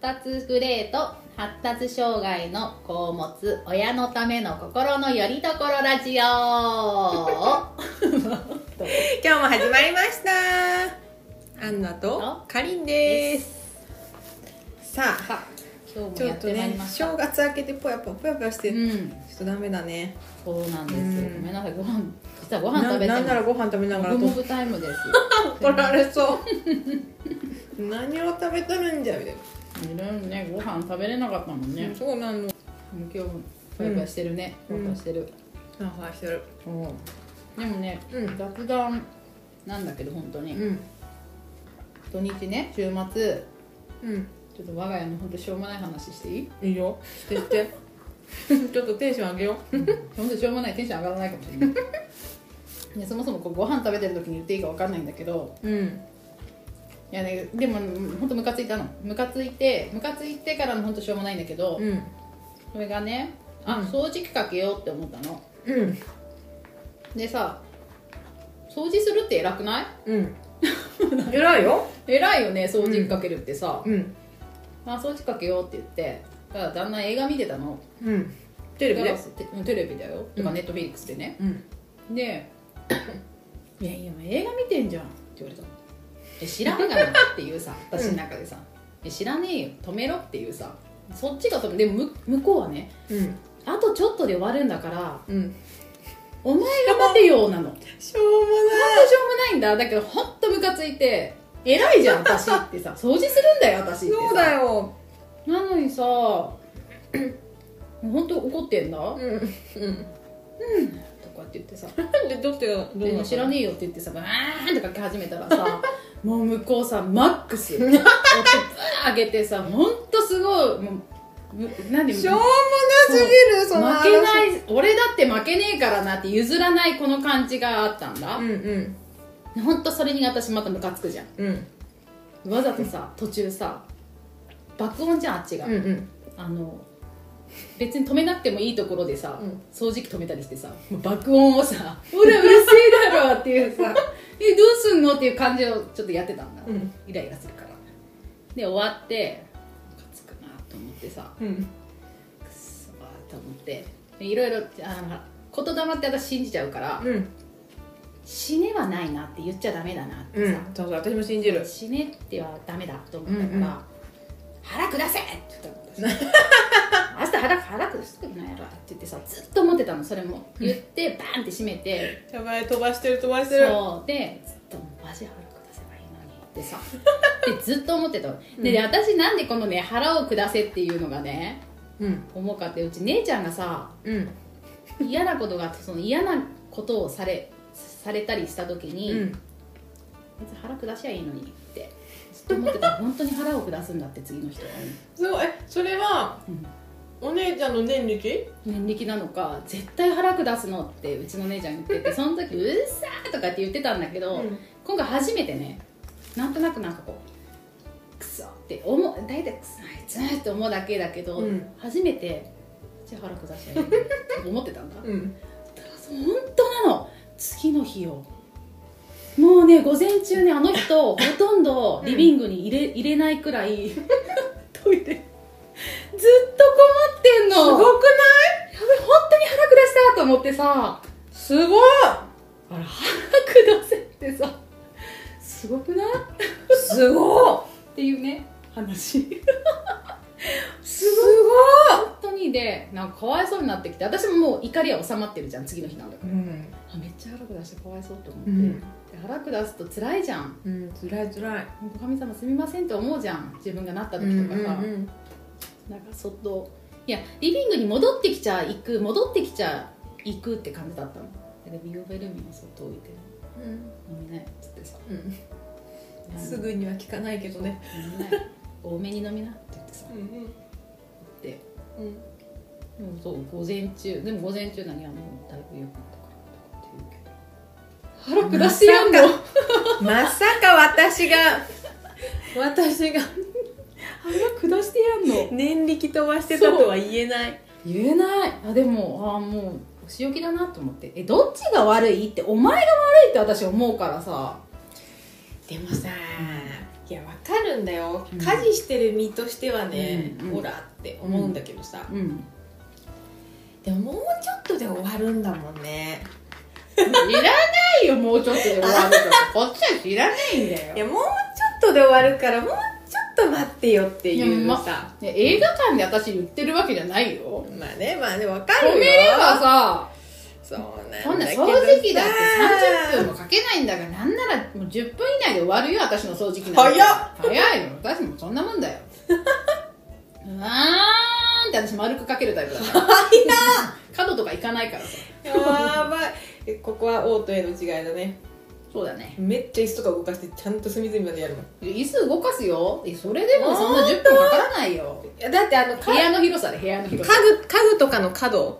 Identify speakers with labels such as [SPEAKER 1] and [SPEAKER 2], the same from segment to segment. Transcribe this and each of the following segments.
[SPEAKER 1] 達グレート発達障害の子を持つ親のための心のよりどころラジオ
[SPEAKER 2] 今日も始まりましたアンナとカリンですさあ
[SPEAKER 1] さあ今日
[SPEAKER 2] ち
[SPEAKER 1] も
[SPEAKER 2] ょ
[SPEAKER 1] や
[SPEAKER 2] っ
[SPEAKER 1] っ
[SPEAKER 2] と
[SPEAKER 1] てまいり
[SPEAKER 2] ね
[SPEAKER 1] ました、
[SPEAKER 2] 正月明けてぽやぽやぽやぽやして、
[SPEAKER 1] う
[SPEAKER 2] ちょ
[SPEAKER 1] ん
[SPEAKER 2] っとダメだね
[SPEAKER 1] そうなんですよ
[SPEAKER 2] うん
[SPEAKER 1] ごめんなさいご飯実はご飯
[SPEAKER 2] な
[SPEAKER 1] 食べて
[SPEAKER 2] なんなら
[SPEAKER 1] も
[SPEAKER 2] ご飯食べながら
[SPEAKER 1] も
[SPEAKER 2] と
[SPEAKER 1] ぐもぐタイムです
[SPEAKER 2] 怒られそう 何を食べとるんじゃみたい
[SPEAKER 1] いろいろねご飯食べれなかったもん
[SPEAKER 2] な、
[SPEAKER 1] ね、
[SPEAKER 2] そうなの
[SPEAKER 1] 今日もふやふやしてるね、
[SPEAKER 2] うん
[SPEAKER 1] ふやふやしてる、
[SPEAKER 2] なんかしてる
[SPEAKER 1] でもね、
[SPEAKER 2] うん
[SPEAKER 1] 雑談なんだけど本当に、
[SPEAKER 2] うん
[SPEAKER 1] 土日ね週末
[SPEAKER 2] うん
[SPEAKER 1] ちょっと我が家の本当しょうもない話して いい
[SPEAKER 2] いいよしてして ちょっとテンション上げよう
[SPEAKER 1] 本当しょうもないテンション上がらないかもしれないい やそもそもこうご飯食べてる時に言っていいかわかんないんだけど
[SPEAKER 2] うん
[SPEAKER 1] いや、ね、でも本当ムカついたのムカついてムカついてからの本当しょうもないんだけど、
[SPEAKER 2] うん
[SPEAKER 1] それがねあ、
[SPEAKER 2] うん
[SPEAKER 1] 掃除機かけようって思ったの
[SPEAKER 2] うん
[SPEAKER 1] でさ掃除するって偉くない
[SPEAKER 2] うん偉いよ
[SPEAKER 1] 偉いよね掃除機かけるってさ、
[SPEAKER 2] うん
[SPEAKER 1] あ掃除かけようって言ってただ旦那映画見てたの
[SPEAKER 2] うんテレビ
[SPEAKER 1] だか
[SPEAKER 2] で
[SPEAKER 1] らテうんテレビだよ、とか
[SPEAKER 2] うん
[SPEAKER 1] ネットフィリックスでね
[SPEAKER 2] うん
[SPEAKER 1] で 「いやいや映画見てんじゃん」って言われたのえ「知らんがな」っていうさ
[SPEAKER 2] うん
[SPEAKER 1] 私の中でさ「え知らねえよ止めろ」っていうさそっちが止めでもむ向こうはね
[SPEAKER 2] うん
[SPEAKER 1] あとちょっとで終わるんだから
[SPEAKER 2] うん
[SPEAKER 1] お前が待てよなの本当しょ
[SPEAKER 2] しょうも
[SPEAKER 1] う
[SPEAKER 2] な
[SPEAKER 1] もないんだだけどほんとムカついて偉いじゃん私って さ掃除するんだよ私ってさ
[SPEAKER 2] そうだよ
[SPEAKER 1] なのにさ 本当怒ってんだ、
[SPEAKER 2] うんうん
[SPEAKER 1] とかって言ってさ
[SPEAKER 2] なんでどうしてどうな
[SPEAKER 1] で
[SPEAKER 2] の
[SPEAKER 1] 知らねえよって言ってさバーンとかけ始めたら さもう向こうさマックス音ブワー上げてさほんとすごいもうむなんで負
[SPEAKER 2] しょうもなすぎるその
[SPEAKER 1] けないい俺だって負けねえからなって譲らないこの感じがあったんだ
[SPEAKER 2] う、ん
[SPEAKER 1] ほんとそれに私またムカつくじゃ
[SPEAKER 2] うんうん
[SPEAKER 1] んわざとさ途中さ爆音じゃんあっちが、
[SPEAKER 2] うんうん
[SPEAKER 1] あの別に止めなくてもいいところでさ、
[SPEAKER 2] うん
[SPEAKER 1] 掃除機止めたりしてさもう爆音をさ 「ほらうるせえだろ」っていうさ「えどうすんの?」っていう感じをちょっとやってたんだ、
[SPEAKER 2] うん
[SPEAKER 1] イライラするからで終わってムカつくなと思ってさ
[SPEAKER 2] うん
[SPEAKER 1] くっそーと思ってでいろいろあの言霊って私信じちゃうから、
[SPEAKER 2] うん
[SPEAKER 1] 死ねはないなって言っちゃダメだなってさ、
[SPEAKER 2] そうそう私も信じる
[SPEAKER 1] 死ねってはダメだと思ったから「
[SPEAKER 2] うんうん
[SPEAKER 1] 腹下せ!」って言 ったの私明日腹腹下すくないやろって言ってさずっと思ってたのそれも言ってバーンって閉めて
[SPEAKER 2] やばい飛ばしてる飛ばしてる
[SPEAKER 1] そうでずっと「マジ腹下せばいいのに」ってさでずっと思ってたのでで私なんでこのね腹を下せっていうのがね
[SPEAKER 2] うん
[SPEAKER 1] 重かってうち姉ちゃんがさ
[SPEAKER 2] うん
[SPEAKER 1] 嫌なことがあってその嫌なことをされされたりした時に、
[SPEAKER 2] うん
[SPEAKER 1] 別に腹下しゃいいのにってずっと思ってたら本当に腹を下すんだって次の人が、
[SPEAKER 2] すごいえそれは
[SPEAKER 1] うん
[SPEAKER 2] お姉ちゃんの念力
[SPEAKER 1] 念力なのか絶対腹下すのってうちの姉ちゃんが言っててその時「うっさー!」とかって言ってたんだけど、
[SPEAKER 2] うん
[SPEAKER 1] 今回初めてねなんとなくなんかこう「くそ!」って思う大体「くそあいつ!」って思うだけだけど、
[SPEAKER 2] うん
[SPEAKER 1] 初めて「じゃあ腹下しゃいいのに」って思ってたんだ
[SPEAKER 2] うん
[SPEAKER 1] 本当なの次の日をもうね午前中ねあの人ほとんどリビングに入れ,、入れないくらいトイレずっと困ってんの
[SPEAKER 2] すごく
[SPEAKER 1] やべ
[SPEAKER 2] ない
[SPEAKER 1] 本当に腹下したと思ってさ
[SPEAKER 2] すごい
[SPEAKER 1] あら腹下せってさすごくないっ
[SPEAKER 2] すご
[SPEAKER 1] ていうね話
[SPEAKER 2] いすご
[SPEAKER 1] 本当にでなんかかわいそうになってきて私ももう怒りは収まってるじゃん次の日なんだか
[SPEAKER 2] いうん
[SPEAKER 1] らあめっちゃ腹下してかわいそうと思って、
[SPEAKER 2] うん
[SPEAKER 1] で腹下すと辛いじゃん
[SPEAKER 2] うんつらいつらい
[SPEAKER 1] おかみ様すみませんって思うじゃん自分がなった
[SPEAKER 2] う
[SPEAKER 1] 時
[SPEAKER 2] ん
[SPEAKER 1] とかさ、
[SPEAKER 2] うん
[SPEAKER 1] なんかそっといやリビングに戻ってきちゃ行く戻ってきちゃ行くって感じだったのだからビオベルミンをそっと置いて
[SPEAKER 2] うん
[SPEAKER 1] 飲みないっつってさ
[SPEAKER 2] うん
[SPEAKER 1] いや
[SPEAKER 2] すぐには効かないけどね
[SPEAKER 1] 飲みない多めに飲みなって言ってさ
[SPEAKER 2] うん
[SPEAKER 1] で
[SPEAKER 2] うん
[SPEAKER 1] でもそう午前中でも午前中何あのだいぶ良くなったからとかって言うけど腹下してやんの
[SPEAKER 2] ま まさか私が私が
[SPEAKER 1] 腹下してやんの
[SPEAKER 2] 念力飛ばしてたとは言えない
[SPEAKER 1] 言えないあでもあーもうお仕置きだなと思ってえどっちが悪いってお前が悪いって私思うからさ
[SPEAKER 2] でもさいやわかるんだよ、
[SPEAKER 1] うん
[SPEAKER 2] 家事してる身としてはね、
[SPEAKER 1] うんうん
[SPEAKER 2] ほらって思うんだけどさ、
[SPEAKER 1] うん
[SPEAKER 2] でももうちょっとで終わるんだもんね
[SPEAKER 1] いらないよもうちょっとで終わる からこっちはいらないんだ
[SPEAKER 2] い
[SPEAKER 1] よ
[SPEAKER 2] やもうちょっとで終わるからもうちょっと待ってよっていう
[SPEAKER 1] いや
[SPEAKER 2] さ
[SPEAKER 1] ね映画館で私言ってるわけじゃないよ
[SPEAKER 2] まあねまあねわかるよ
[SPEAKER 1] 止めればさ
[SPEAKER 2] そう
[SPEAKER 1] そ
[SPEAKER 2] なん
[SPEAKER 1] んな
[SPEAKER 2] だけ
[SPEAKER 1] 掃
[SPEAKER 2] ど
[SPEAKER 1] 除機だって30分
[SPEAKER 2] も
[SPEAKER 1] もかけないんだからなんならもう10分以内で終わるよ私の掃除機なんて
[SPEAKER 2] 早っ
[SPEAKER 1] 早いよ私もそんなもん だようわーんって私丸くかけるタイプだから 角とかいかないからさ
[SPEAKER 2] やばいえここはオートへの違いだね
[SPEAKER 1] そうだね
[SPEAKER 2] めっちゃ椅子とか動かしてちゃんと隅々までやるもん
[SPEAKER 1] 椅子動かすよえそれでもそんな10分かからないよ
[SPEAKER 2] いやだってあの
[SPEAKER 1] 部屋の広さで部屋の
[SPEAKER 2] 家具
[SPEAKER 1] 広さ
[SPEAKER 2] 家具とかの角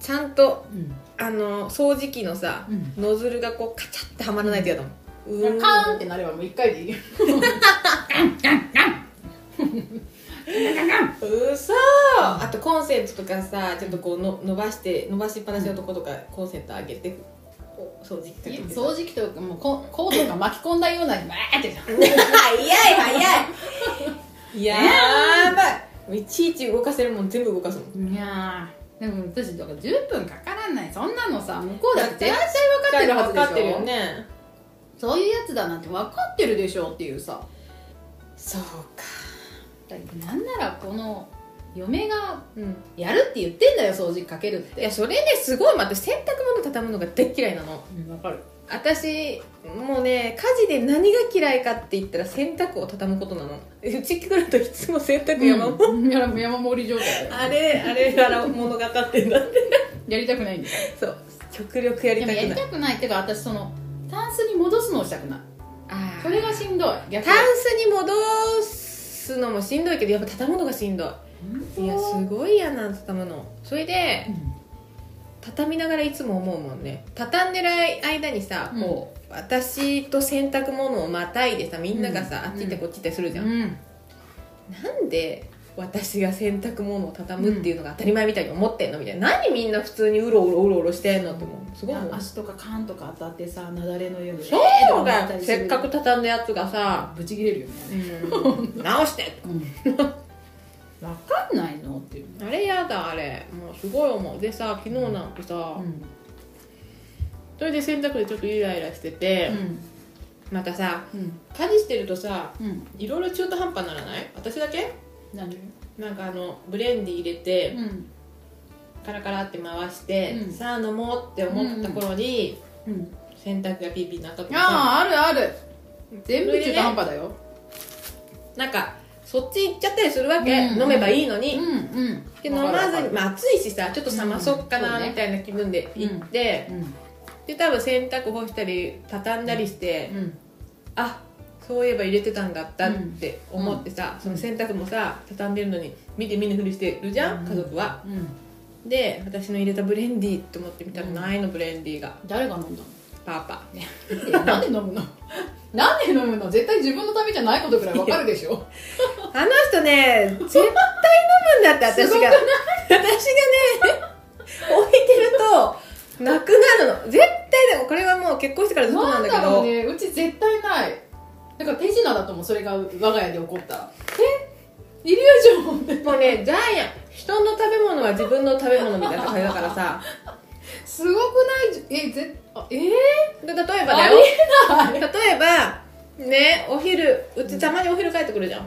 [SPEAKER 2] ちゃんと
[SPEAKER 1] うん
[SPEAKER 2] あの掃除機のさ、
[SPEAKER 1] うん
[SPEAKER 2] ノズルがこうカチャってはまらないと嫌だもん、うーん
[SPEAKER 1] カーンってなればもう一回でいいよ
[SPEAKER 2] うそあとコンセントとかさちょっとこうの伸ばして伸ばしっぱなしのとことかコンセント上げてこう掃除機かけて
[SPEAKER 1] 掃除機とかもうココードが巻き込んだようなにわーってじゃん
[SPEAKER 2] 早い早いやーばいもういちいち動かせるもん全部動かすもん
[SPEAKER 1] いやーでも私だから10分かからないそんなのさ向こうだって絶対分かってるはずでしょ
[SPEAKER 2] 分かってるよね
[SPEAKER 1] そういうやつだなんて分かってるでしょっていうさ
[SPEAKER 2] そうか
[SPEAKER 1] だってなんならこの嫁が
[SPEAKER 2] うん
[SPEAKER 1] やるって言ってんだよ掃除機かけるっ
[SPEAKER 2] い
[SPEAKER 1] て
[SPEAKER 2] やそれねすごいまた洗濯物畳むのが大っ嫌いなの
[SPEAKER 1] うん分かる
[SPEAKER 2] 私もうね家事で何が嫌いかって言ったら洗濯を畳むことなのうち来るといつも洗濯山、も
[SPEAKER 1] うん、やら山 盛り状態だよ
[SPEAKER 2] あれあれから物が立ってんだって
[SPEAKER 1] やりたくないんだよ
[SPEAKER 2] そう極力やり
[SPEAKER 1] で
[SPEAKER 2] た
[SPEAKER 1] も
[SPEAKER 2] く
[SPEAKER 1] やり
[SPEAKER 2] ない
[SPEAKER 1] たくないっていうか私そのタンスに戻すのをしたくない
[SPEAKER 2] あ
[SPEAKER 1] そ
[SPEAKER 2] ー
[SPEAKER 1] れがしんどい逆
[SPEAKER 2] タンスに戻すのもしんどいけどやっぱ畳むのがしんどいいやすごい嫌なの畳むのそれで畳みながらいつも思うもんね畳んでる間にさ、
[SPEAKER 1] うん
[SPEAKER 2] こう私と洗濯物をまたいでさみんながさ、
[SPEAKER 1] うん
[SPEAKER 2] あっち行ってこっち行ってするじゃん、
[SPEAKER 1] うん
[SPEAKER 2] なんで私が洗濯物を畳むっていうのが当たり前みたいに思ってんのみたいな何みんな普通にうろうろうろうろしてんのって思うすごい思う
[SPEAKER 1] 足とかカンとか当たってさなだれのように
[SPEAKER 2] そうだよせっかく畳んだやつがさ、
[SPEAKER 1] ブチ切れるよね
[SPEAKER 2] 直して
[SPEAKER 1] うん分かんないのっていう
[SPEAKER 2] あれやだあれもうすごい思うでさ昨日なんてさ、
[SPEAKER 1] うん
[SPEAKER 2] それで洗濯でちょっとイライラしてて、またさ
[SPEAKER 1] うん
[SPEAKER 2] 家事してるとさ
[SPEAKER 1] うん
[SPEAKER 2] いろいろ中途半端にならない私だけ
[SPEAKER 1] 何
[SPEAKER 2] なんかあのブレンディ入れて、
[SPEAKER 1] うん
[SPEAKER 2] カラカラって回して、
[SPEAKER 1] うん
[SPEAKER 2] さあ飲もうって思った頃に、
[SPEAKER 1] うん
[SPEAKER 2] 洗濯がピーピーになったとかさ
[SPEAKER 1] あああるある全部
[SPEAKER 2] それで
[SPEAKER 1] 中
[SPEAKER 2] ね
[SPEAKER 1] 途半端だよ
[SPEAKER 2] なんかそっち行っちゃったりするわけ、
[SPEAKER 1] うん
[SPEAKER 2] 飲めばいいの
[SPEAKER 1] う
[SPEAKER 2] に、
[SPEAKER 1] ん
[SPEAKER 2] で飲まずに、まあ、暑いしさちょっと冷まそっか
[SPEAKER 1] うんそう
[SPEAKER 2] な
[SPEAKER 1] ね
[SPEAKER 2] みたいな気分で行って、
[SPEAKER 1] うん
[SPEAKER 2] で多分洗濯干したり畳んだりして、
[SPEAKER 1] うん
[SPEAKER 2] あそういえば入れてたんだったって思ってさ、
[SPEAKER 1] ん
[SPEAKER 2] その洗濯もさ畳んでるのに見て見ぬふりしてるじゃん、
[SPEAKER 1] うん
[SPEAKER 2] 家族は
[SPEAKER 1] うん
[SPEAKER 2] で私の入れたブレンディーと思ってみたらないのブレンディーが
[SPEAKER 1] 誰が飲んだ
[SPEAKER 2] パーパ
[SPEAKER 1] のなんで飲むの なんで飲むの絶対自分のためじゃないことくらい分かるでしょ
[SPEAKER 2] ーあの人ね絶対飲むんだって私
[SPEAKER 1] すごく
[SPEAKER 2] が
[SPEAKER 1] ない
[SPEAKER 2] 私がね置いてるとなくなるの絶対でもこれはもう結婚してからずっとな
[SPEAKER 1] なんん
[SPEAKER 2] だ
[SPEAKER 1] だ
[SPEAKER 2] け
[SPEAKER 1] ろ
[SPEAKER 2] ど
[SPEAKER 1] うねうち絶対ないだから手品だと思うそれが我が家で起こったらえイリュージョンって
[SPEAKER 2] もうねジャイアン人の食べ物は自分の食べ物みたいな感じだからさ
[SPEAKER 1] すごくないえぜあえー、
[SPEAKER 2] で例えばだ
[SPEAKER 1] あ
[SPEAKER 2] よ
[SPEAKER 1] りえない
[SPEAKER 2] 例えばねお昼うちたまにお昼帰ってくるじゃん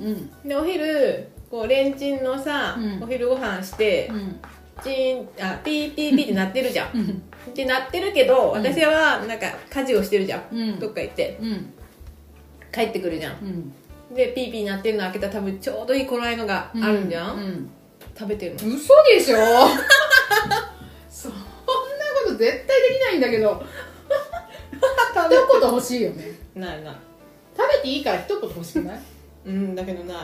[SPEAKER 1] うんうん
[SPEAKER 2] でお昼こうレンチンのさ、
[SPEAKER 1] うん
[SPEAKER 2] お昼ご飯して、
[SPEAKER 1] うん
[SPEAKER 2] チーンあピーピーピーって鳴ってるじゃん
[SPEAKER 1] うん
[SPEAKER 2] って鳴ってるけど私はなんか家事をしてるじゃん、
[SPEAKER 1] うん
[SPEAKER 2] どっか行って
[SPEAKER 1] うん
[SPEAKER 2] 帰ってくるじゃん
[SPEAKER 1] うん
[SPEAKER 2] でピーピー鳴ってるの開けたら多分ちょうどいい頃合いのがあるんじゃん、
[SPEAKER 1] うん
[SPEAKER 2] 食べてるの
[SPEAKER 1] 嘘でしょ そんなこと絶対できないんだけど一言欲しいよね
[SPEAKER 2] ないない
[SPEAKER 1] 食べていいから一言欲しくない
[SPEAKER 2] うんだけどな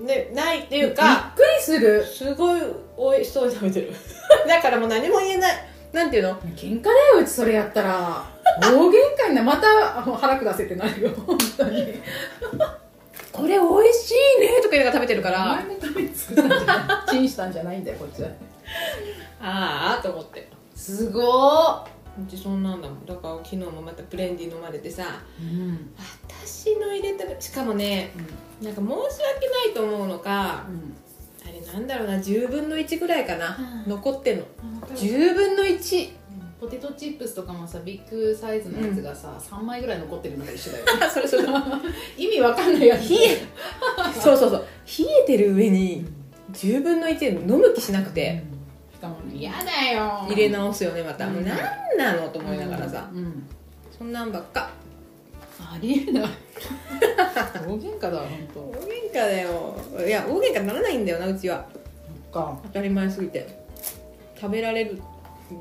[SPEAKER 2] いねないっていうか、
[SPEAKER 1] びっくりする
[SPEAKER 2] すごい美味しそうに食べてる だからもう何も言えないなんていうの
[SPEAKER 1] 喧嘩だようちそれやったら大喧嘩になまたあの腹下せってなるよ本当に
[SPEAKER 2] これ美味しいねとか言いながら食べてるから、
[SPEAKER 1] 前のために作ったんじゃないチンしたんじゃないんだよこっちは
[SPEAKER 2] ああと思って
[SPEAKER 1] すごー
[SPEAKER 2] うちそんなんだもんだから昨日もまたブレンディ飲まれてさ
[SPEAKER 1] うん
[SPEAKER 2] 私の入れたしかもねなんか申し訳ないと思うのかあれなんだろうな10分の1ぐらいかな、
[SPEAKER 1] うん
[SPEAKER 2] 残ってんの
[SPEAKER 1] じゅ
[SPEAKER 2] 10分の1
[SPEAKER 1] ポテトチップスとかもさビッグサイズのやつがさ、3枚ぐらい残ってるのと一緒だよ
[SPEAKER 2] あそれそれ
[SPEAKER 1] 意味わかんないやつ
[SPEAKER 2] 冷えそうそうそう冷えてる上に10分の1で飲む気しなくて
[SPEAKER 1] しかもね嫌だよ
[SPEAKER 2] 入れ直すよねまた、
[SPEAKER 1] うん
[SPEAKER 2] もうなんなのと思いながらさ、
[SPEAKER 1] うんうん
[SPEAKER 2] そんなんばっか
[SPEAKER 1] ありえない大喧嘩だわ本
[SPEAKER 2] 大
[SPEAKER 1] 当
[SPEAKER 2] 喧嘩だよいや大喧嘩ならないんだよなうちは
[SPEAKER 1] か
[SPEAKER 2] 当たり前すぎて食べられる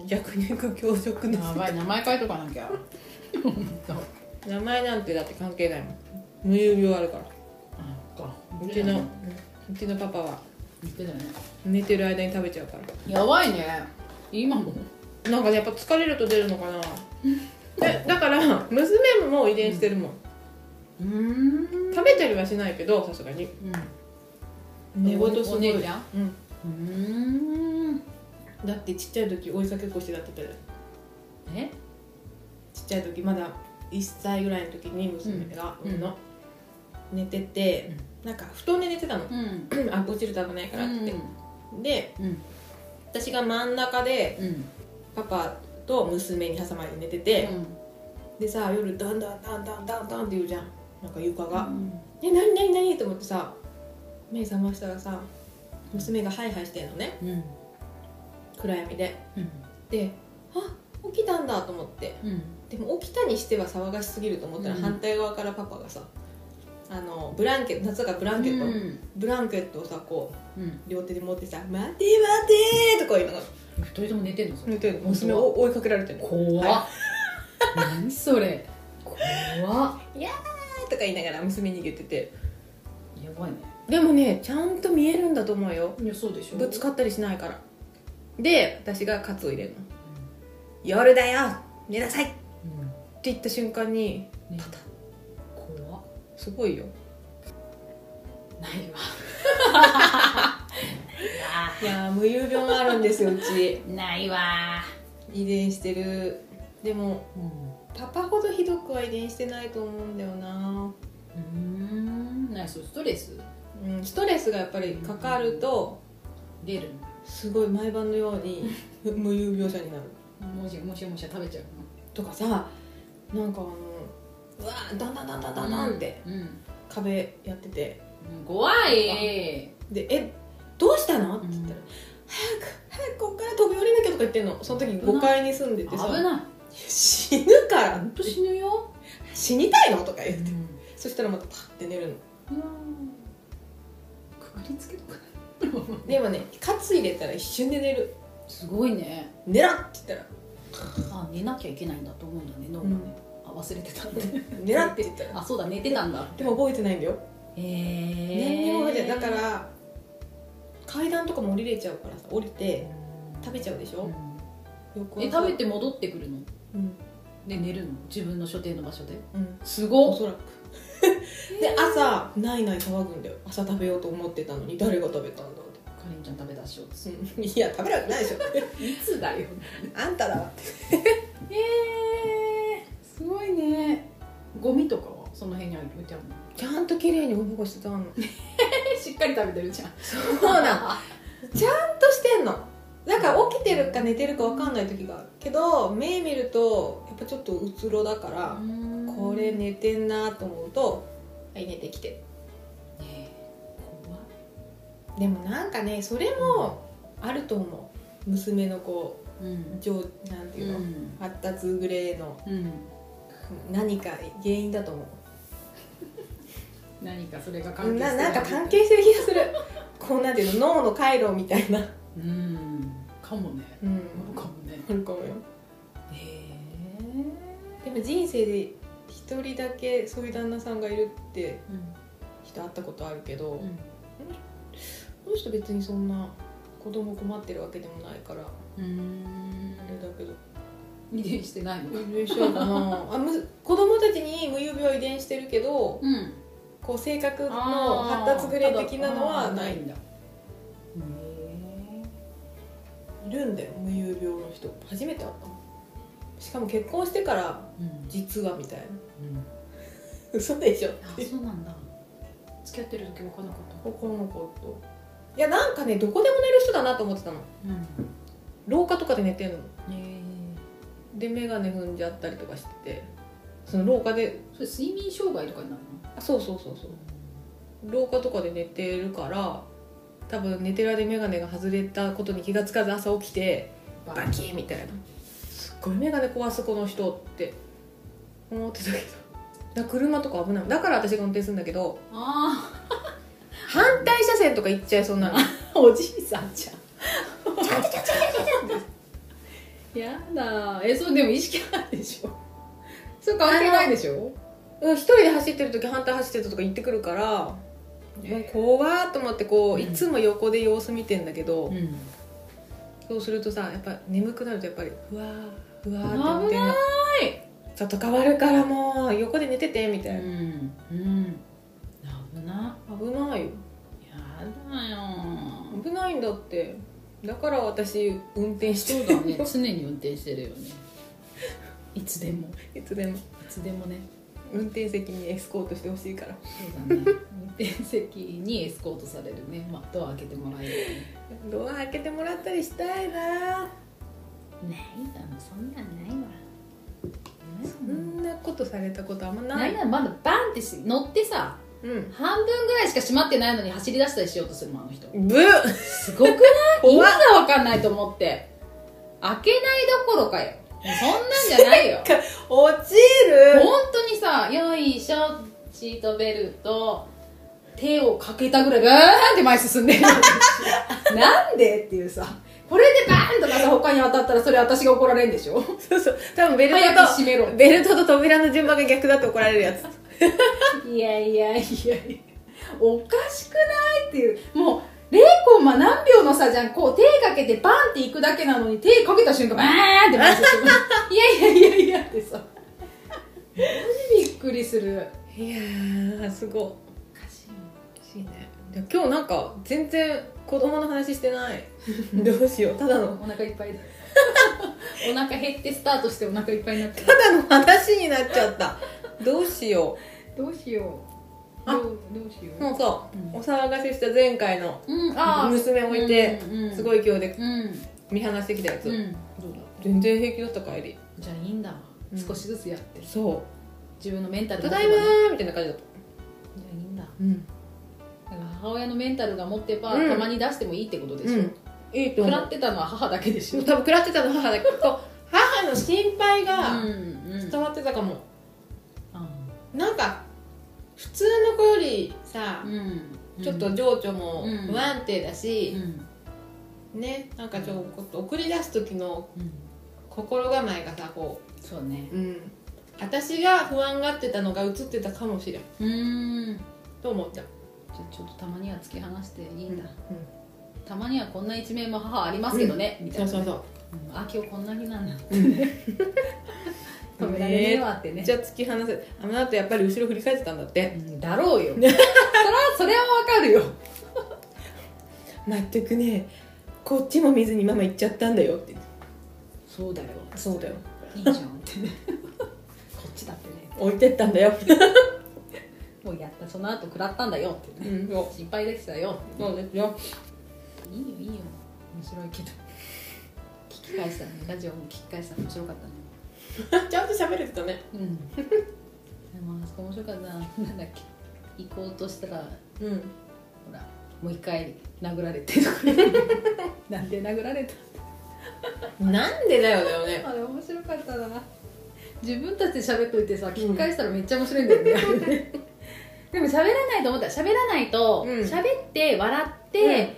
[SPEAKER 2] 弱肉強食の
[SPEAKER 1] やばい名前書いとかなきゃ本当
[SPEAKER 2] 名前なんてだって関係ないもん無遊病あるから
[SPEAKER 1] あそっか
[SPEAKER 2] うちのうちのパパは
[SPEAKER 1] 言ってたよね
[SPEAKER 2] 寝てる間に食べちゃうから
[SPEAKER 1] やばいね今も
[SPEAKER 2] なんかねやっぱ疲れると出るの かなでだから娘も遺伝してるもん
[SPEAKER 1] うーん
[SPEAKER 2] 食べたりはしないけどさすがに寝言すごい
[SPEAKER 1] お姉ちゃん
[SPEAKER 2] うん
[SPEAKER 1] うん
[SPEAKER 2] だってちっちゃい時おいさけっこしてだってたじゃん
[SPEAKER 1] え
[SPEAKER 2] ちっちゃい時まだ1歳ぐらいの時に娘が、
[SPEAKER 1] うん
[SPEAKER 2] 俺の寝てて、なんか布団で寝てたの、
[SPEAKER 1] うん
[SPEAKER 2] あ落ちると危ないからって、で
[SPEAKER 1] うん
[SPEAKER 2] 私が真ん中で
[SPEAKER 1] うん
[SPEAKER 2] パパと娘に挟まれて寝てて、でさ夜ダンダンダンダンダンダンって言うじゃんなんか床が、え何何何と思ってさ目覚ましたらさ娘がハイハイしてんのね
[SPEAKER 1] うん
[SPEAKER 2] 暗闇で
[SPEAKER 1] うん
[SPEAKER 2] であ起きたんだと思って
[SPEAKER 1] うん
[SPEAKER 2] でも起きたにしては騒がしすぎると思ったら
[SPEAKER 1] うん
[SPEAKER 2] 反対側からパパがさあのブランケット夏がブランケット、ブランケットをさこ
[SPEAKER 1] うん
[SPEAKER 2] う両手で持ってさ「待て待て」とか言いながら
[SPEAKER 1] 二人とも寝てんのそれ
[SPEAKER 2] 寝てる娘を追いかけられてるの「
[SPEAKER 1] 怖っ何それ怖っ
[SPEAKER 2] あーとか言いながら娘に言ってて
[SPEAKER 1] やばいね
[SPEAKER 2] でもねちゃんと見えるんだと思うよ
[SPEAKER 1] いやそうでしょ
[SPEAKER 2] ぶつかったりしないからで私がカツを入れるの「夜だよ寝なさい!」って
[SPEAKER 1] うん
[SPEAKER 2] 言った瞬間に
[SPEAKER 1] ね
[SPEAKER 2] パタッ
[SPEAKER 1] 怖っ
[SPEAKER 2] すごいよ
[SPEAKER 1] ないわ
[SPEAKER 2] いやー無遊病あるんですようち
[SPEAKER 1] ないわないわ
[SPEAKER 2] 遺伝してるでも
[SPEAKER 1] う
[SPEAKER 2] パパほどひどくは遺伝してないと思うんだよな、
[SPEAKER 1] んないそうストレス
[SPEAKER 2] うん、ストレスがやっぱりかかると
[SPEAKER 1] 出る
[SPEAKER 2] すごい毎晩のように 無遊病者になる
[SPEAKER 1] もしもしもし食べちゃう
[SPEAKER 2] とかさなんかあのうわーだんだんだんだんだんだんって
[SPEAKER 1] うん、
[SPEAKER 2] 壁やってて
[SPEAKER 1] うん怖い
[SPEAKER 2] で「えどうしたの?」って言ったら
[SPEAKER 1] う
[SPEAKER 2] 「早く早くこっから飛び降りなきゃ」とか言ってんのその時5階に住んでて
[SPEAKER 1] 危
[SPEAKER 2] さ
[SPEAKER 1] ない
[SPEAKER 2] 「死ぬから
[SPEAKER 1] 本当死ぬよ、
[SPEAKER 2] 死にたいの?」とか言
[SPEAKER 1] う
[SPEAKER 2] って、そしたらまたパッて寝るの
[SPEAKER 1] くくりつけとか
[SPEAKER 2] でもねカツ入れたら一瞬で寝る
[SPEAKER 1] すごいね
[SPEAKER 2] 「寝ろ!」って言ったら
[SPEAKER 1] あ寝なきゃいけないんだと思うんだね脳が
[SPEAKER 2] うん
[SPEAKER 1] ね、あ忘れてたんで
[SPEAKER 2] 狙って言ったら
[SPEAKER 1] あそうだ寝てたんだ
[SPEAKER 2] でも 覚えてないんだよ
[SPEAKER 1] へえ
[SPEAKER 2] 何にも覚えてないだから階段とかも降りれちゃうからさ降りて食べちゃうでし
[SPEAKER 1] う
[SPEAKER 2] ょ
[SPEAKER 1] ん
[SPEAKER 2] 翌
[SPEAKER 1] え
[SPEAKER 2] 朝
[SPEAKER 1] 食べて戻ってくるの
[SPEAKER 2] うん
[SPEAKER 1] で寝るの自分の所定の場所で
[SPEAKER 2] うん
[SPEAKER 1] す
[SPEAKER 2] お
[SPEAKER 1] ごっ
[SPEAKER 2] そらくで朝ないない騒ぐんだよ朝食べようと思ってたのに誰が食べたんだっ
[SPEAKER 1] かりんちゃん食べ出しようとす
[SPEAKER 2] て、うんいや食べるわけな いでしょ
[SPEAKER 1] る いつだよ
[SPEAKER 2] あんただわって
[SPEAKER 1] えー、すごいねゴミとかはその辺に置いてあるの
[SPEAKER 2] ちゃんと綺麗におぼこしてたの
[SPEAKER 1] えしっかり食べてるじゃん
[SPEAKER 2] そうなんちゃんとしてんのなんか起きてるか寝てるか分かんない時があるけど目見るとやっぱちょっとうつろだから、これ
[SPEAKER 1] ね
[SPEAKER 2] 寝てんなと思うと「はい寝てきて
[SPEAKER 1] え怖い」
[SPEAKER 2] でもなんかねそれもあると思う娘のこう
[SPEAKER 1] うん
[SPEAKER 2] 上なんていうの、
[SPEAKER 1] ん
[SPEAKER 2] 発達グレーの
[SPEAKER 1] うん、
[SPEAKER 2] 何か原因だと思
[SPEAKER 1] 何かそれが
[SPEAKER 2] う
[SPEAKER 1] 関係
[SPEAKER 2] ななんか関
[SPEAKER 1] 係
[SPEAKER 2] 係してる気がするこうなんていうの脳の回路みたいな
[SPEAKER 1] うんかもね
[SPEAKER 2] うん
[SPEAKER 1] かもね
[SPEAKER 2] あるかもよ
[SPEAKER 1] へ
[SPEAKER 2] でも人生で一人だけそういう旦那さんがいるって
[SPEAKER 1] えうん
[SPEAKER 2] 人会ったことあるけど、
[SPEAKER 1] う
[SPEAKER 2] こ
[SPEAKER 1] ん
[SPEAKER 2] の人別にそんな子供困ってるわけでもないからあ
[SPEAKER 1] うーん
[SPEAKER 2] れだけど
[SPEAKER 1] 遺伝してないの
[SPEAKER 2] 遺伝してるかな あむ子供たちに無遊病は遺伝してるけど
[SPEAKER 1] うん
[SPEAKER 2] こう性格の発達グレー的なのはない
[SPEAKER 1] んだへ
[SPEAKER 2] いるんだよ無遊病の人初めて会ったもんしかも結婚してから
[SPEAKER 1] うん
[SPEAKER 2] 実はみたいな
[SPEAKER 1] う ん
[SPEAKER 2] 嘘でしょ
[SPEAKER 1] あそうなんだ付き合ってる時分かんなかった
[SPEAKER 2] この子といやなんかねどこでも寝る人だなと思ってたの
[SPEAKER 1] うん
[SPEAKER 2] 廊下とかで寝てんの
[SPEAKER 1] え
[SPEAKER 2] で眼鏡踏んじゃったりとかしててその廊下で
[SPEAKER 1] それ睡眠障害とかになる
[SPEAKER 2] あそうそうそうそう廊下とかで寝てるから多分寝てる間に眼鏡が外れたことに気がつかず朝起きて
[SPEAKER 1] の
[SPEAKER 2] バキーみたいなすっごい眼鏡壊すこの人って思ってたけどだから車とか危ないだから私が運転するんだけど
[SPEAKER 1] あ
[SPEAKER 2] 反対車線とか行っちゃいそうなの
[SPEAKER 1] あおじいさんじゃん
[SPEAKER 2] ちゃんとちゃんと
[SPEAKER 1] やだえそうでも意識ないでしょそれ関係ないでしょ
[SPEAKER 2] うん一人で走ってる時反対走ってるとか行ってくるからもう怖ーと思ってこういつも横で様子見てんだけど、
[SPEAKER 1] うん
[SPEAKER 2] そうするとさやっぱ眠くなるとやっぱりふわーふわ
[SPEAKER 1] 危
[SPEAKER 2] ーって
[SPEAKER 1] な
[SPEAKER 2] ないちょっと変わるからもう横で寝ててみた
[SPEAKER 1] う
[SPEAKER 2] いな、
[SPEAKER 1] んうん危な
[SPEAKER 2] 危ないよ
[SPEAKER 1] やだよ
[SPEAKER 2] 危ないんだってだから私運転して
[SPEAKER 1] そうだね常に運転してるよねいつでも
[SPEAKER 2] いつでも
[SPEAKER 1] いつでもね
[SPEAKER 2] 運転席にエスコートしてほしいから
[SPEAKER 1] そうだね運転席にエスコートされるね、まあ、ドア開けてもらえるよね
[SPEAKER 2] ドア開けてもらったりしたい
[SPEAKER 1] ない
[SPEAKER 2] な
[SPEAKER 1] だもそんなんないわ
[SPEAKER 2] そんなことされたことあんまな
[SPEAKER 1] ないいならまだバンってし乗ってさ
[SPEAKER 2] うん
[SPEAKER 1] 半分ぐらいしか閉まってないのに走り出したりしようとするもんあの人
[SPEAKER 2] ブッ
[SPEAKER 1] すごくない意味
[SPEAKER 2] 怖
[SPEAKER 1] が
[SPEAKER 2] っ
[SPEAKER 1] 分かんないと思って開けないどころかよそんなんじゃないよ
[SPEAKER 2] 落ちる
[SPEAKER 1] 本当にさ「よいしょシートベルト」手をかけたぐらいバーンって前進んでる なんでっていうさこれでバーンとかさ他に当たったらそれ私が怒られるんでしょ
[SPEAKER 2] そうそう多分ベル
[SPEAKER 1] 早く
[SPEAKER 2] ト
[SPEAKER 1] 閉めろ
[SPEAKER 2] とベルトと扉の順番が逆だって怒られるやつ
[SPEAKER 1] いやいやいやいやおかしくないっていうもう0コンマ何秒の差じゃんこう手かけてバンっていくだけなのに手かけた瞬間バーンって回して くるいやいやいやいやってさマジびっくりする
[SPEAKER 2] いやーすごい
[SPEAKER 1] おかしい
[SPEAKER 2] 欲しいねでも今日なんか全然子供の話し てないどうしようただの
[SPEAKER 1] お腹いっ ぱいでお腹減ってスタートしてお腹いっぱいになって
[SPEAKER 2] ただの話になっちゃったどうしよ
[SPEAKER 1] どうしよう
[SPEAKER 2] あ
[SPEAKER 1] どうどうしよ
[SPEAKER 2] う
[SPEAKER 1] う
[SPEAKER 2] もうさ、
[SPEAKER 1] うん
[SPEAKER 2] お騒がせした前回の
[SPEAKER 1] うんあー
[SPEAKER 2] 娘置いて
[SPEAKER 1] うんうん
[SPEAKER 2] すごい勢いで
[SPEAKER 1] うん
[SPEAKER 2] 見放してきたやつ、
[SPEAKER 1] うん
[SPEAKER 2] どうだ全然平気だった帰り
[SPEAKER 1] じゃあいいんだわ、
[SPEAKER 2] うん
[SPEAKER 1] 少しずつやって
[SPEAKER 2] そ
[SPEAKER 1] 自分のメンタ
[SPEAKER 2] う「
[SPEAKER 1] ル
[SPEAKER 2] た
[SPEAKER 1] の
[SPEAKER 2] だ
[SPEAKER 1] こ
[SPEAKER 2] い
[SPEAKER 1] と
[SPEAKER 2] ま
[SPEAKER 1] がね
[SPEAKER 2] ー」みたいな感じだった、
[SPEAKER 1] じゃあいいんだ
[SPEAKER 2] うん
[SPEAKER 1] だから母親のメンタルが持ってば、
[SPEAKER 2] うん
[SPEAKER 1] たまに出してもいいってことでしょ、
[SPEAKER 2] いいと
[SPEAKER 1] 食
[SPEAKER 2] 思
[SPEAKER 1] ら
[SPEAKER 2] う
[SPEAKER 1] ってたのは母だけでしょ、
[SPEAKER 2] 多分食らってたの母だけどこう母の心配が
[SPEAKER 1] うん
[SPEAKER 2] 伝わってたかも、
[SPEAKER 1] あ
[SPEAKER 2] なんか普通の子よりさ、
[SPEAKER 1] うん
[SPEAKER 2] ちょっと情緒も
[SPEAKER 1] うん
[SPEAKER 2] 不安定だ
[SPEAKER 1] うんう
[SPEAKER 2] し、
[SPEAKER 1] ん
[SPEAKER 2] ねなんかちょっと送り出す時の心構えがさこ
[SPEAKER 1] そうね
[SPEAKER 2] う、うん、私が不安がってたのが映ってたかもしれん
[SPEAKER 1] うんじ
[SPEAKER 2] と思った、
[SPEAKER 1] ゃあちょっとたまには突き放していい
[SPEAKER 2] うん
[SPEAKER 1] だ、たまにはこんな一面も母ありますけどね、みたいな
[SPEAKER 2] そう
[SPEAKER 1] ね、
[SPEAKER 2] そうそう
[SPEAKER 1] うんあ今日こんな日なんだって
[SPEAKER 2] うん
[SPEAKER 1] ね 止められねえわって
[SPEAKER 2] め
[SPEAKER 1] ね
[SPEAKER 2] っちゃ突き放せあの後やっぱり後ろ振り返ってたんだって
[SPEAKER 1] うんだろうよ それはそれはわかるよ
[SPEAKER 2] 全くねこっちも見ずにママ行っちゃったんだよって
[SPEAKER 1] そうだよ
[SPEAKER 2] そうだよ
[SPEAKER 1] いいじゃんってね こっちだってね
[SPEAKER 2] 置いてったんだよ
[SPEAKER 1] もうやったその後食らったんだよって
[SPEAKER 2] う
[SPEAKER 1] ね、
[SPEAKER 2] んそ
[SPEAKER 1] 心配できたよ
[SPEAKER 2] うそうですよ
[SPEAKER 1] いいよいいよ面白いけど聞き返したねラジオも聞き返したの面白かったね
[SPEAKER 2] ちゃんと喋れてたね
[SPEAKER 1] うん でもあそこ面白かったななんだっけ行こうとしたらほ
[SPEAKER 2] うん
[SPEAKER 1] らもう一回殴られてとか なんで殴られた
[SPEAKER 2] なんでだよだよね
[SPEAKER 1] あれ面白かったな自分たちで喋っといてさ聞き返したらめっちゃ面白いんだよね、あれね でも喋らないと思った喋らないと
[SPEAKER 2] うん
[SPEAKER 1] 喋って笑って、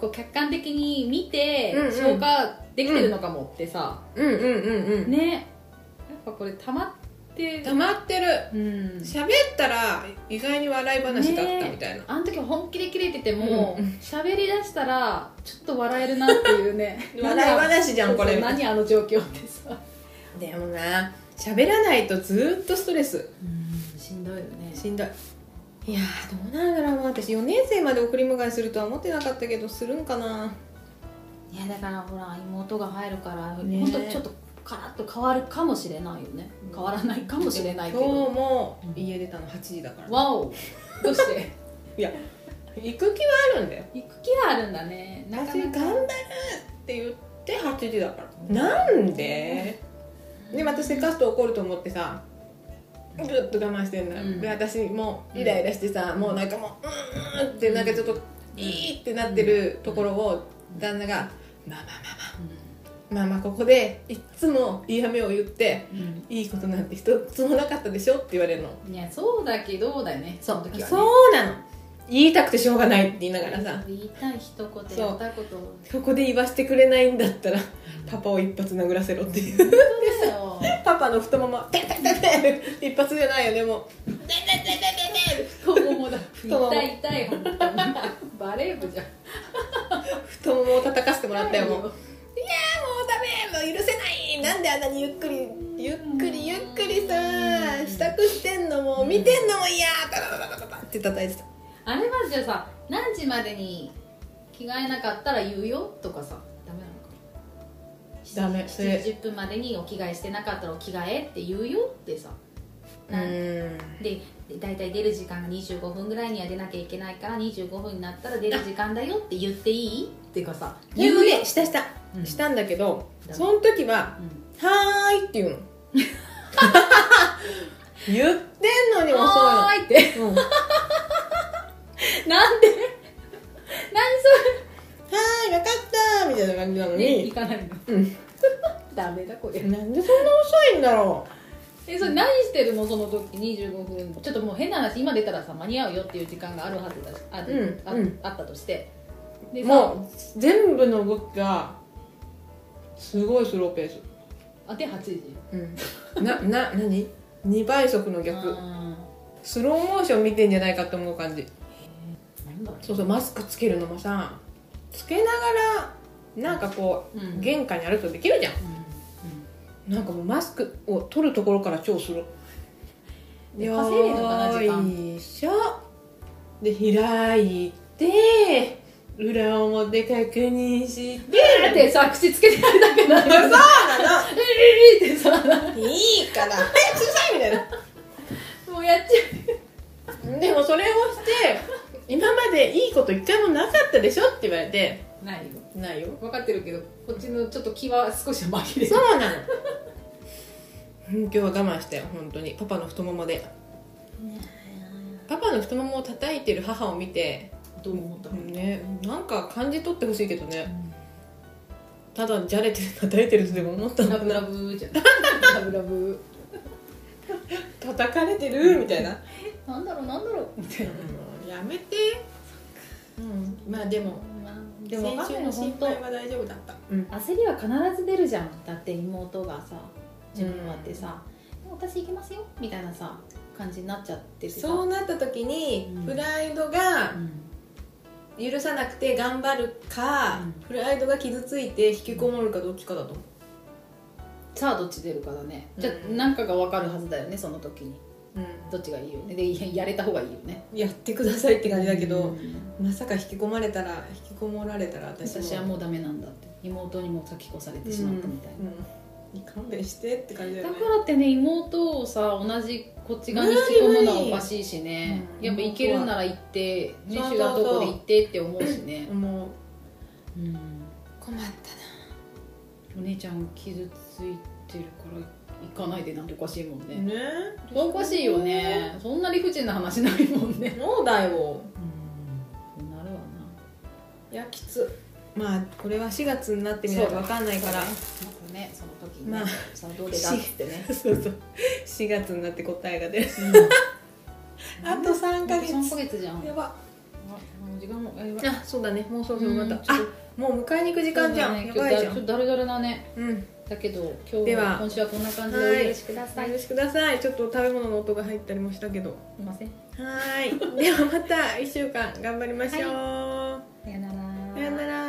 [SPEAKER 1] こう客観的に見て
[SPEAKER 2] うんうん
[SPEAKER 1] 消化できてるのかもってさ、
[SPEAKER 2] うんうんうんうん
[SPEAKER 1] ねやっぱこれ溜まって
[SPEAKER 2] 溜まってる
[SPEAKER 1] うん
[SPEAKER 2] 喋ったら意外に笑い話だったみたいな、
[SPEAKER 1] あの時本気でキレてても
[SPEAKER 2] う
[SPEAKER 1] 喋、りだしたらちょっと笑えるなっていう ね
[SPEAKER 2] 笑い話じゃん
[SPEAKER 1] なんか
[SPEAKER 2] これ
[SPEAKER 1] そうそう何あの状況ってさ、
[SPEAKER 2] でもな喋らないとずっとストレス
[SPEAKER 1] しんどいよね
[SPEAKER 2] しんどいいやーどうなんだろうな私4年生まで送り迎えするとは思ってなかったけどするんかない
[SPEAKER 1] やだからほら妹が入るから、
[SPEAKER 2] ね
[SPEAKER 1] ほんとちょっとカラッと変わるかもしれないよね
[SPEAKER 2] うん
[SPEAKER 1] 変わらないかもしれないけ
[SPEAKER 2] 今
[SPEAKER 1] ど
[SPEAKER 2] 日も家出たの8時だから
[SPEAKER 1] わおどうして
[SPEAKER 2] 行く気はあるんだよ
[SPEAKER 1] 行く気はあるんだねなか
[SPEAKER 2] 私
[SPEAKER 1] な
[SPEAKER 2] 頑
[SPEAKER 1] か
[SPEAKER 2] 張るって言って8時だからなんででまたせかすと怒ると思ってさぐっと我慢してんだ、
[SPEAKER 1] うん
[SPEAKER 2] で私もうイライラしてさ、もうなんかもううんうんってなんかちょっといいってなってるところを旦那が「まあまあまあまあまあまあここでいっつも嫌目を言って
[SPEAKER 1] うん、
[SPEAKER 2] いいことなんて一つもなかったでしょ」って言われるの
[SPEAKER 1] うんいやそうだけどだよねその時は、ね、
[SPEAKER 2] そうなの言いたくてしょうがないって言いながらさ
[SPEAKER 1] 言いたい一言
[SPEAKER 2] そう
[SPEAKER 1] やったことを
[SPEAKER 2] ここで言わせてくれないんだったらパパを一発殴らせろっていう
[SPEAKER 1] 本当だよ
[SPEAKER 2] パパの太ももペンペンペンペン一発じゃないよねもうペンペンペンペンペンペ
[SPEAKER 1] 太ももだ
[SPEAKER 2] もも
[SPEAKER 1] 痛い痛い本当にバレー部じゃん
[SPEAKER 2] ン太ももを叩かせてもらったよもう
[SPEAKER 1] う
[SPEAKER 2] もうダメもう許せないなんであんなにゆっくりゆっくりゆっくりさ支度してんのも見てんのも嫌タタタタタタって叩いてた
[SPEAKER 1] あれはじゃあさ何時までに着替えなかったら言うよとかさダメなのか
[SPEAKER 2] ダメそれ
[SPEAKER 1] 70分までにお着替えしてなかったらお着替えって言うよってさ
[SPEAKER 2] うーん
[SPEAKER 1] で大体出る時間が25分ぐらいには出なきゃいけないから25分になったら出る時間だよって言っていいっていうかさ
[SPEAKER 2] 言う
[SPEAKER 1] う
[SPEAKER 2] ねしたした
[SPEAKER 1] うん
[SPEAKER 2] したんだけど
[SPEAKER 1] ダメ
[SPEAKER 2] その時は
[SPEAKER 1] うん
[SPEAKER 2] 「はーい」って言う の言ってんのに
[SPEAKER 1] は
[SPEAKER 2] 遅
[SPEAKER 1] ーいって
[SPEAKER 2] いのうん
[SPEAKER 1] なんで 何そ
[SPEAKER 2] 「はーい分かった」みたいな感じなの
[SPEAKER 1] れ
[SPEAKER 2] に
[SPEAKER 1] 行かないの
[SPEAKER 2] うん
[SPEAKER 1] ダメだこれ
[SPEAKER 2] なんでそんな遅いんだろ
[SPEAKER 1] えそれ何してるのその時25分ちょっともう変な話今出たらさ間に合うよっていう時間があるはずだしあ,、
[SPEAKER 2] うん
[SPEAKER 1] あ
[SPEAKER 2] うん
[SPEAKER 1] あったとして
[SPEAKER 2] う
[SPEAKER 1] でさ
[SPEAKER 2] もう全部の動きがすごいスローペース
[SPEAKER 1] あで8時
[SPEAKER 2] うんなな何2倍速の
[SPEAKER 1] う
[SPEAKER 2] 逆
[SPEAKER 1] ん
[SPEAKER 2] スローモーション見てんじゃないかって思う感じ
[SPEAKER 1] なんだろ
[SPEAKER 2] そうそうマスクつけるのもさつけながらなんかこ
[SPEAKER 1] う、う、
[SPEAKER 2] うん玄関に歩くとできるじゃ
[SPEAKER 1] うんうん
[SPEAKER 2] んなんかもうマスクを取るところから超スロー
[SPEAKER 1] で稼いでんのかな時間
[SPEAKER 2] よいしょで開いて裏表確認して
[SPEAKER 1] ビーってさ口つけてるだけなの
[SPEAKER 2] そう
[SPEAKER 1] にさ
[SPEAKER 2] な
[SPEAKER 1] リリリってさ
[SPEAKER 2] のいい から早くしなさいみたい
[SPEAKER 1] もうやっちゃ
[SPEAKER 2] なでもそれをして今までいいこと一回もなかったでしょって言われて
[SPEAKER 1] うないよ
[SPEAKER 2] ないよ
[SPEAKER 1] 分かってるけどこっちのちょっと気は少し紛れ
[SPEAKER 2] そうなのうん今日は我慢したよ本当にパパの太ももでパパの太ももを叩いてる母を見て
[SPEAKER 1] どう思ったの、
[SPEAKER 2] ねなんか感じ取ってほしいけどねただじゃれてる叩いてるってでも思ったの
[SPEAKER 1] ラ
[SPEAKER 2] か
[SPEAKER 1] ブラ
[SPEAKER 2] な
[SPEAKER 1] ブ じゃんラブラブ
[SPEAKER 2] 叩かれてるみたいな
[SPEAKER 1] なんだろうなんだろうみたいな
[SPEAKER 2] やめてうんまあでも
[SPEAKER 1] でも
[SPEAKER 2] 先週の心配は大丈夫だったうん
[SPEAKER 1] 焦りは必ず出るじゃんだって妹がさ自分はってさ、私行きますよみたいなさ感じになっちゃっててさ
[SPEAKER 2] そうなった時に、
[SPEAKER 1] うん
[SPEAKER 2] プライドが
[SPEAKER 1] うん
[SPEAKER 2] 許さなくて頑張るか、
[SPEAKER 1] うん
[SPEAKER 2] プライドが傷ついて引きこもるかどっちかだと思
[SPEAKER 1] さあどっち出るかだね
[SPEAKER 2] うん
[SPEAKER 1] じゃあなんかが分かるはずだよねその時に
[SPEAKER 2] う、
[SPEAKER 1] どっちがいいよねでいややれた方がいいよね
[SPEAKER 2] やってくださいって感じだけど、
[SPEAKER 1] うん
[SPEAKER 2] まさか引き込まれたら引きこもられたら私も
[SPEAKER 1] 私はもうダメなんだって妹にも先越されてしまったみたいな、
[SPEAKER 2] うんうん勘弁してって感じだよ
[SPEAKER 1] だ
[SPEAKER 2] ね
[SPEAKER 1] からってね妹をさ同じこっち側に引き込むのはおかしいしね
[SPEAKER 2] 無理無理
[SPEAKER 1] やっぱ行けるなら行ってね
[SPEAKER 2] そうそうそ
[SPEAKER 1] 手
[SPEAKER 2] う
[SPEAKER 1] がどこで行ってって思うしね、
[SPEAKER 2] もう
[SPEAKER 1] うん、
[SPEAKER 2] 困ったな
[SPEAKER 1] お姉ちゃん傷ついてるから行かないでなんておかしいもんね、
[SPEAKER 2] ね
[SPEAKER 1] おかしいよねそんな理不尽な話ないもんね
[SPEAKER 2] そうだよ
[SPEAKER 1] うんなるわ
[SPEAKER 2] いやきつまあこれは4月になってみないと分かんな
[SPEAKER 1] ない
[SPEAKER 2] から
[SPEAKER 1] そうねその時に、
[SPEAKER 2] まあ
[SPEAKER 1] さあどうでだっつって ね
[SPEAKER 2] そうそう4月になって答えが出る あと
[SPEAKER 1] うん
[SPEAKER 2] 3ヶ月
[SPEAKER 1] 3ヶ月じゃん
[SPEAKER 2] やば
[SPEAKER 1] あもう時間もやばい
[SPEAKER 2] あそうだねもうそろそろ
[SPEAKER 1] うん
[SPEAKER 2] またあもう迎えに行く時間じゃ
[SPEAKER 1] そ
[SPEAKER 2] ん、
[SPEAKER 1] うだね
[SPEAKER 2] やばいじ
[SPEAKER 1] ち
[SPEAKER 2] ゃ
[SPEAKER 1] ょっ
[SPEAKER 2] ん
[SPEAKER 1] とだるだるなね
[SPEAKER 2] うん
[SPEAKER 1] だけど今日
[SPEAKER 2] では
[SPEAKER 1] は今週はこんな感じ
[SPEAKER 2] はい
[SPEAKER 1] でお許しくだ
[SPEAKER 2] お
[SPEAKER 1] さい。
[SPEAKER 2] 許しくださいちょっと食べ物の音が入ったりもしたけどは
[SPEAKER 1] すいません。
[SPEAKER 2] ーいではまた1週間頑張りましょう、
[SPEAKER 1] さよなら。
[SPEAKER 2] さよなら